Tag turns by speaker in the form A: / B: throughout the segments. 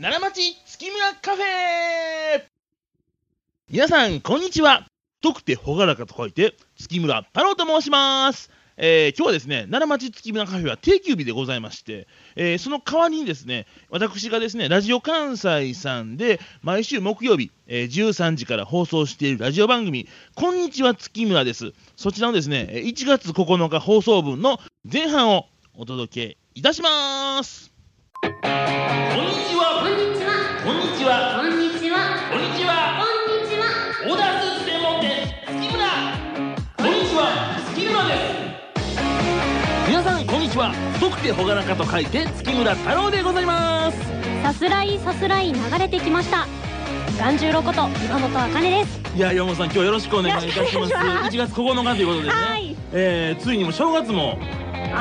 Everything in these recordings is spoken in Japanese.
A: 奈良町月村カフェ皆さん、こんにちは。太くて朗らかと書いて、月村太郎と申します。えー今日はですね、奈良町月村カフェは定休日でございまして、えーその代わりにですね、私がですね、ラジオ関西さんで、毎週木曜日、えー13時から放送しているラジオ番組、こんにちは月村です。そちらのですね、えー1月9日放送分の前半をお届けいたします。こんにちは。
B: こんにちは。
A: こんにちは。
B: こんにちは。
A: こんにちは。オ
B: こんにちは。
A: ーダースーツ専門店、月村。こんにちは、月村です。皆さん、こんにちは。太くて朗らかと書いて、月村太郎でございます。
B: さすらいさすらい流れてきました。團十郎こと岩本茜です。
A: いや、山本さん、今日よろしくお願いいたします。
B: よろしくお願いします
A: 1月9日ということでね。
B: はい
A: えーついにもう正月も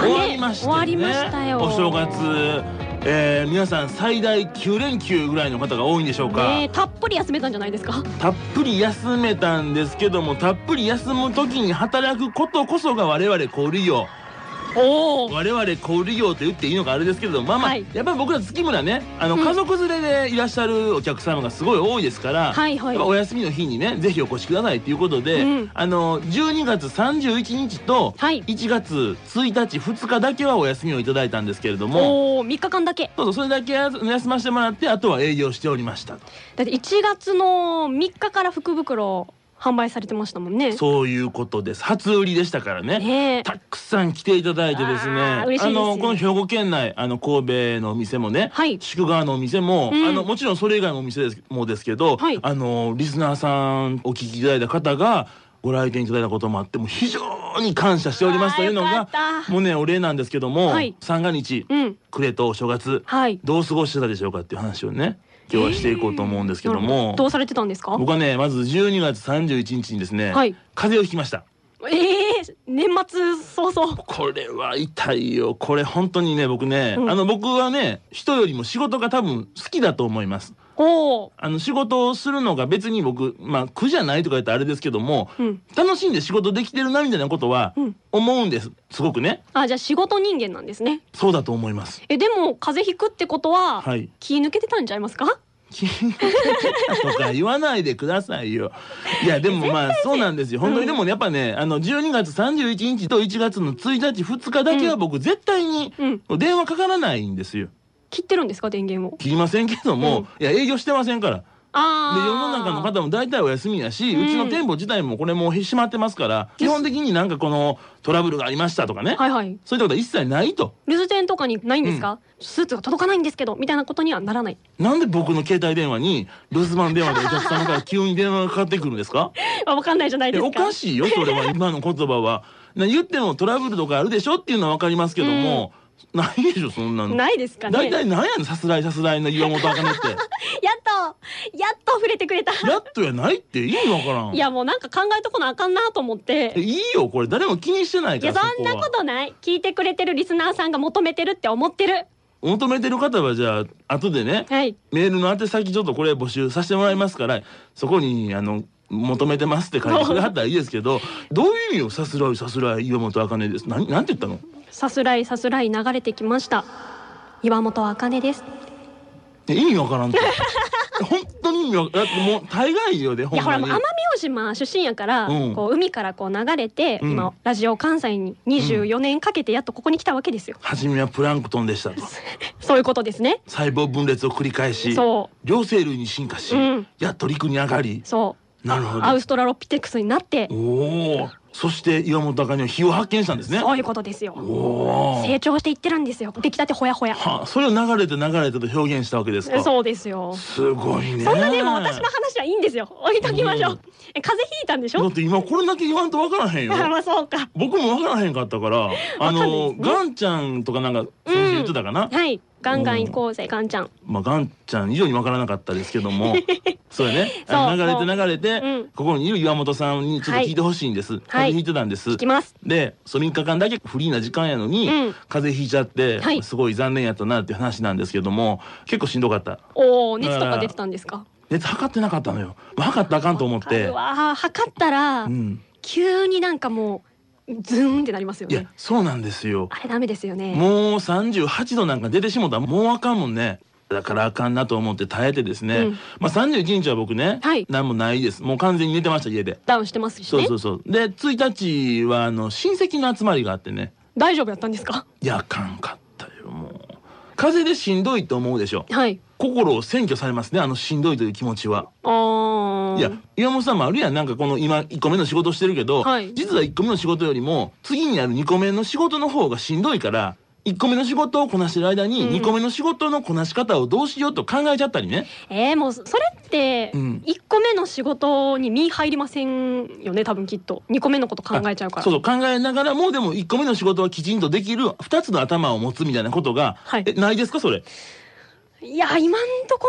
A: 終わりましたね。
B: 終わりましたよ。
A: お正月。えー皆さん最大9連休ぐらいの方が多いんでしょうか、
B: ねえたっぷり休めたんじゃないですか。
A: たっぷり休めたんですけどもたっぷり休む時に働くことこそが我々小売業
B: おお。
A: 我々小売業と言っていいのかあれですけれどもまあまあ、
B: はい
A: やっぱり僕ら月村ねあの
B: うん
A: 家族連れでいらっしゃるお客様がすごい多いですから、
B: はいはい
A: やっぱお休みの日にねぜひお越しくださいということで、
B: うん
A: あの12月31日と
B: はい
A: 1月1日2日だけはお休みをいただいたんですけれども。
B: おお、三日間だけ。
A: そうそうそれだけや休ませてもらってあとは営業しておりましたと
B: だって一月の三日から福袋販売されてましたもんね。
A: そういうことです初売りでしたからね
B: ね え。
A: たくさん来ていただいてですね。
B: あー
A: あ
B: 嬉しいですね
A: のこの兵庫県内あの神戸のお店もね、
B: はい
A: 宿川のお店も、
B: うん
A: あのもちろんそれ以外のお店ですもですけど、
B: はい
A: あのリスナーさんお聞きいただいた方が。ご来店いただいたこともあってもう非常に感謝しておりますというの
B: あーよ
A: が
B: かった
A: もうねお礼なんですけども、
B: はい
A: 三が日、
B: うん。
A: 暮れとお正月
B: はい。
A: どう過ごしてたでしょうかっていう話をね今日はしていこうと思うんですけど
B: なる
A: も
B: ほ、どどうされてたんですか。
A: 僕はねまず12月31日にですね、
B: はい
A: 風邪をひきました。
B: ええ年末 早々。
A: これは痛いよ。これ本当にね、僕ね、
B: うん
A: あの僕はね、人よりも仕事が多分好きだと思います。
B: おお。
A: あの仕事をするのが別に僕、まあ苦じゃないとか言ったらあれですけども、
B: うん。
A: 楽しんで仕事できてるなみたいなことは
B: うん
A: 思うんです。すごくね。
B: あ、じゃあ仕事人間なんですね。
A: そうだと思います。
B: えでも風邪ひくってことは、
A: はい
B: 気抜けてたんちゃいますか
A: 気抜けてたとか言わないでくださいよ。いや、でもま あそうなんですよ。本当にでもねやっぱね、あの12月31日と1月の1日、2日だけは僕絶対に
B: うん
A: 電話かからないんですよ。
B: 切ってるんですか電源を
A: 切りませんけども、いや営業してませんからで
B: あ
A: 世
B: あ
A: の中の方も大体お休みやし、う
B: うん
A: ちの店舗自体もこれもう閉まってますから基本的になんかこのトラブルがありましたとかね、
B: はいはい
A: そういったことは一切ないと
B: 留守電とかにないんですか、スーツが届かないんですけどみたいなことにはならない
A: なんで僕の携帯電話に留守番電話でお客様から急に電話がかかってくるんですか
B: あ わかんないじゃない
A: え
B: ですか
A: おかしいよそれ は今の言葉はな言ってもトラブルとかあるでしょっていうのは分かりますけども、ないでしょそんなの。
B: ないですかね
A: 大体なんやねんさすらいさすらいの岩本茜って
B: やっとやっと触れてくれた
A: やっとやないって意味わからん
B: いやもうなんか考えとこなあかんなと思っ
A: え
B: て
A: いいよこれ誰も気にしてない
B: い
A: か
B: や
A: ら
B: そ
A: こ
B: ん
A: は
B: なことない聞いてくれてるリスナーさんが求めてるって思ってる
A: 求めてる方はじゃあ後でね
B: はい
A: メールの宛先ちょっとこれ募集させてもらいますからそこにあの求めてますって書いてくれはったらいいですけ どどういう意味をさすらいさすらい岩本茜ですなんなんて言ったの
B: さすらいさすらい流れてきました岩本茜です
A: え意味わ からんって本当に意味わからんだってもう大概よで
B: い
A: ほん
B: やほら
A: ま
B: もう
A: に
B: 奄美大島出身やから、
A: うん
B: こう海からこう流れて、
A: うん
B: 今ラジオ関西に24年かけてやっとここに来たわけですよ。
A: 初めはプランクトンでしたと
B: そういうことですね。
A: 細胞分裂を繰り返し
B: そ
A: 両生類に進化し、
B: うん
A: やっと陸に上がり
B: そう
A: なるほど
B: アウストラロピテクスになって、
A: おお。そして岩本茜は火を発見したんですね。
B: そういうことですよ。
A: おお。
B: 成長していってるんですよ。出来たてほやほや。
A: はあ、それを流れて流れてと表現したわけですか。
B: そうですよ。
A: すごいね。
B: そんなでも私の話はいいんですよ。置いときましょう。
A: うん
B: え風邪ひいたんでし
A: だ
B: ょ
A: っ。て今これだけ言わんとわからへんよ。
B: まあそうか。
A: 僕もわからへんかったから、 あ
B: わかんない
A: の、
B: ですね
A: ガンちゃんとかなんか先週言ってたかな。
B: はい。ガンガン行こうぜ、ガンちゃん。
A: まあガンちゃん以上にわからなかったですけど も、そうやね。
B: そう
A: あの流れて流れて、
B: うん
A: ここにいる岩本さんにちょっと聞いてほしいんです。風邪ひいてたんです。
B: 行きます。
A: でそう3日間だけフリーな時間やのに、
B: うん
A: 風邪ひいちゃって、
B: はい
A: すごい残念やったなっていう話なんですけども結構しんどかった
B: おお熱とか出てたんですか。
A: 熱測ってなかったのよまあ測ったらあかんと思っ
B: わか
A: て
B: るわ測ったら。
A: うん、
B: 急になんかもうズーンってなりますよ
A: いや
B: ね。
A: そうなんですよ
B: あれダメですよね。
A: もう38度なんか出てしもたらもうあかんもんねだからあかんなと思って耐えてですね、
B: うん
A: まあ31日は僕ね、
B: はい
A: 何もないですもう完全に寝てました家で
B: ダウンしてますし
A: そう
B: ね
A: そうそうで1日はあの親戚の集まりがあってね
B: 大丈夫やったんですか
A: いやあかんかったよもう風邪でしんどいと思うでしょ
B: はい
A: 心を占拠されますねあのしんどいという気持ちは
B: あー
A: いや岩本さんもあるやんなんかこの今1個目の仕事してるけど、
B: はい
A: 実は1個目の仕事よりも次にある2個目の仕事の方がしんどいから1個目の仕事をこなしてる間に
B: うん
A: 2個目の仕事のこなし方をどうしようと考えちゃったりね、
B: えー、もうそれって
A: うん
B: 一個目の仕事に身入りませんよね多分きっと二個目のこと考えちゃうから
A: そうそう考えながらもうでも1個目の仕事はきちんとできる2つの頭を持つみたいなことが、
B: はい
A: えないですかそれ
B: いや今んとこ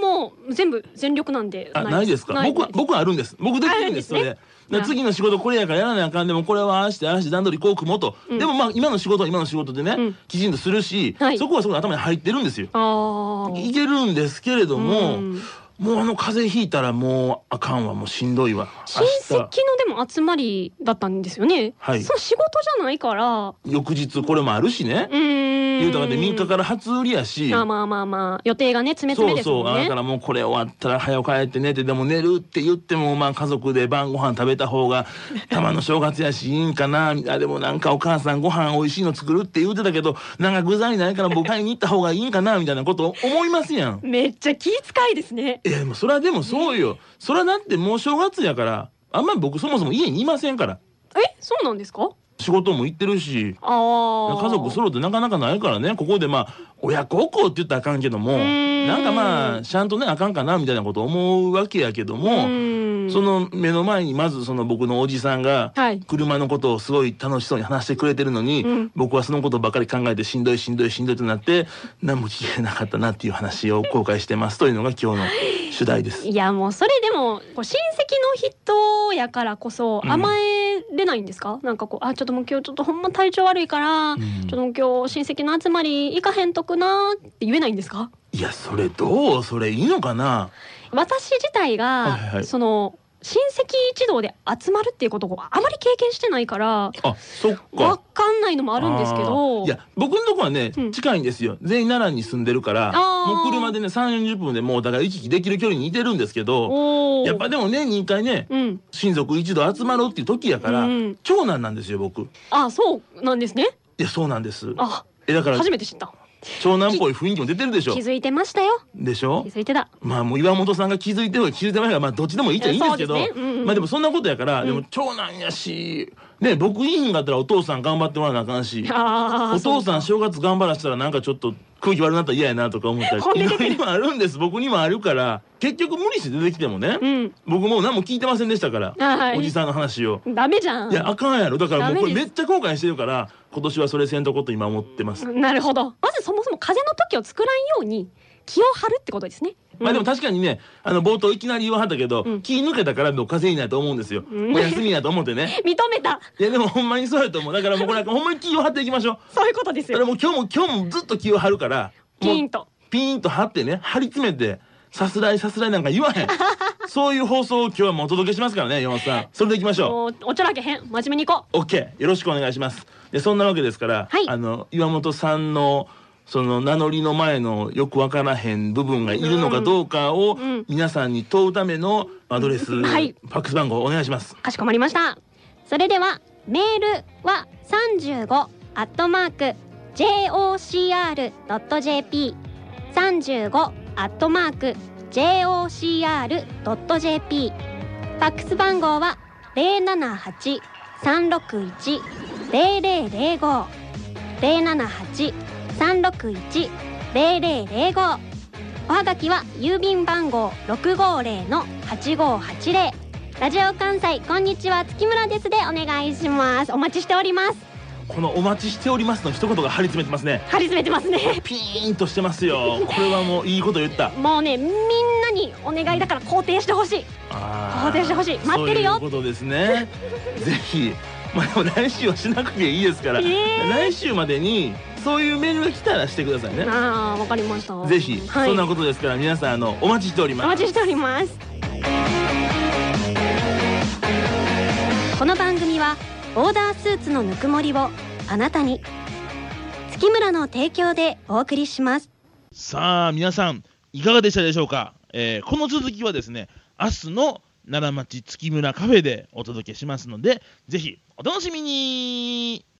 B: もう全部全力なんで
A: あないですか僕は僕はあるんです僕できるんです
B: あ
A: そ
B: るん
A: れ
B: ですね
A: だから次の仕事これやからやらなあかんでもこれはああしてああして段取りこう組もうと、
B: うん
A: でもまあ今の仕事は今の仕事でね、
B: うん
A: きちんとするし、
B: はい
A: そこはそこで頭に入ってるんですよ
B: あー
A: いけるんですけれども、
B: うん
A: もうあの風邪ひいたらもうあかんわもうしんどいわ
B: 親戚の
A: 明日
B: でも集まりだったんですよね。
A: はい
B: そう仕事じゃないから。う
A: 翌日これもあるしね、
B: ーん。
A: 言うたらで3日から初売りやし、
B: まあまあまあまあ予定がね詰め詰
A: そ
B: め
A: う
B: です
A: そ
B: も
A: うん
B: ね。
A: だからもうこれ終わったら早く帰って寝てでも寝るって言ってもまあ家族で晩ご飯食べた方がたまの正月やしいいんかなあでもなんかお母さんご飯美味しいの作るって言ってたけどなんか具材ないから僕買いに行った方がいいんかなみたいなことを思いますやん。
B: めっちゃ気遣いですね。
A: いやもうそれはでもそうよそれはだってもう正月やからあんまり僕そもそも家にいませんから
B: えそうなんですか？
A: 仕事も行ってるし
B: ああ。
A: 家族揃ってなかなかないからねここでまあ親孝行って言ったらあかんけども
B: ん
A: なんかまあちゃんとねあかんかなみたいなこと思うわけやけど
B: う
A: も。
B: ーん。
A: その目の前にまずその僕のおじさんが
B: はい
A: 車のことをすごい楽しそうに話してくれてるのに、
B: うん
A: 僕はそのことばかり考えてしんどいしんどいしんどいとなって何も聞けなかったなっていう話を後悔してますというのが今日の主題です。
B: いやもうそれでもこう親戚の人やからこそ
A: うん
B: 甘えれないんですか？なんかこうあちょっともう今日ちょっとほんま体調悪いから、
A: ん
B: ちょっと今日親戚の集まり行かへんとくなーって言えないんですか？
A: いやそれどうそれいいのかな
B: 私自体
A: は
B: が、
A: いはい
B: その親戚一同で集まるっていうことをあまり経験してないから
A: あそっ
B: わ
A: か。
B: かんないのもあるんですけ
A: あ
B: ど
A: ーいや僕のとこはね、
B: うん
A: 近いんですよ全員奈良に住んでるから
B: あー
A: もう車でね3 4 0分でもうお互い行き来できる距離にいてるんですけど
B: おー
A: やっぱでも年に1回ね
B: うん
A: 親族一度集まろうっていう時やから、
B: うん
A: 長男なんですよ僕い
B: あそうなんですね
A: やそうなんです
B: あ
A: えだから
B: 初めて知った
A: 長男っぽい雰囲気も出てるでしょ
B: 気づいてましたよ
A: でし
B: 気
A: ょ
B: づいてた
A: まあもう岩本さんが気づいてるか気づいてないかまあどっちでもいいっちゃいいんですけど
B: えそうですねうんうん
A: まあでもそんなことやから、
B: うん
A: でも長男やしね僕いいんだったらお父さん頑張ってもらわなあかんし
B: あー
A: お父さん
B: そ
A: 正月頑張らしたらなんかちょっと空気悪くなったら嫌やなとか思ったり
B: 本音
A: い
B: 出て
A: ろ
B: る
A: いろあるんです僕にもあるから結局無理して出てきてもね、
B: ううん
A: 僕もう何も聞いてませんでしたから、
B: はい
A: おじさんの話を。
B: ダメじゃん
A: いやあかんやろだからもうこれ
B: ダ
A: め
B: メです
A: っちゃ後悔してるから今年はそれせんとこと今思ってます、
B: なるほどまずそもそも風邪の時を作らんように気を張るってことですね、
A: まあでも
B: うん
A: 確かにねあの冒頭いきなり言わはったけど、
B: うん
A: 気抜けたからもう稼いないと思うんですよ、
B: うん
A: お休みやと思ってね
B: 認めた
A: いやでもほんまにそうやと思うだからもうこれはほんまに気を張っていきましょう
B: そういうことです
A: だから
B: よ
A: もう今日も今日もずっと気を張るから
B: キ
A: もう
B: ーンと
A: ピーンと張ってね張り詰めてさすらいさすらいなんか言わ へんそういう放送を今日はもうお届けしますからね山本さんそれでいきましょう
B: もうおちょらけへん真面目にいこう
A: OK よろしくお願いしますでそんなわけですから、
B: はい
A: あの岩本さんのその名乗りの前のよくわからへん部分がいるのかどうかを
B: うん
A: 皆さんに問うためのアドレス、
B: はい
A: ファックス番号お願いします
B: かしこまりましたそれではメールは35アットマーク jocr.jp 35アットマーク jocr.jp ファックス番号は078 361 0005 078 361 0005おはがきは郵便番号650の8580ラジオ関西こんにちは月村ですでお願いしますお待ちしております
A: この「お待ちしております」の一言が張り詰めてますね
B: 張り詰めてますね
A: ピーンとしてますよこれはもういいこと言った
B: もうねみんなにお願いだから肯定してほしい
A: あー
B: 肯定してほしい待ってるよ
A: そういうことです ねぜひまあでも来週はしなくていいですから、
B: えー
A: 来週までにそういうメールが来たらしてくださいね
B: あーわかりました
A: ぜひ、
B: はい、
A: そんなことですから皆さんあのお待ちしており
B: お
A: ます
B: 待ちしておりますこの番組はオーダースーツのぬくもりをあなたに月村の提供でお送りします
A: さあ皆さんいかがでしたでしょうか、えーこの続きはですね明日の奈良町月村カフェでお届けしますのでぜひお楽しみに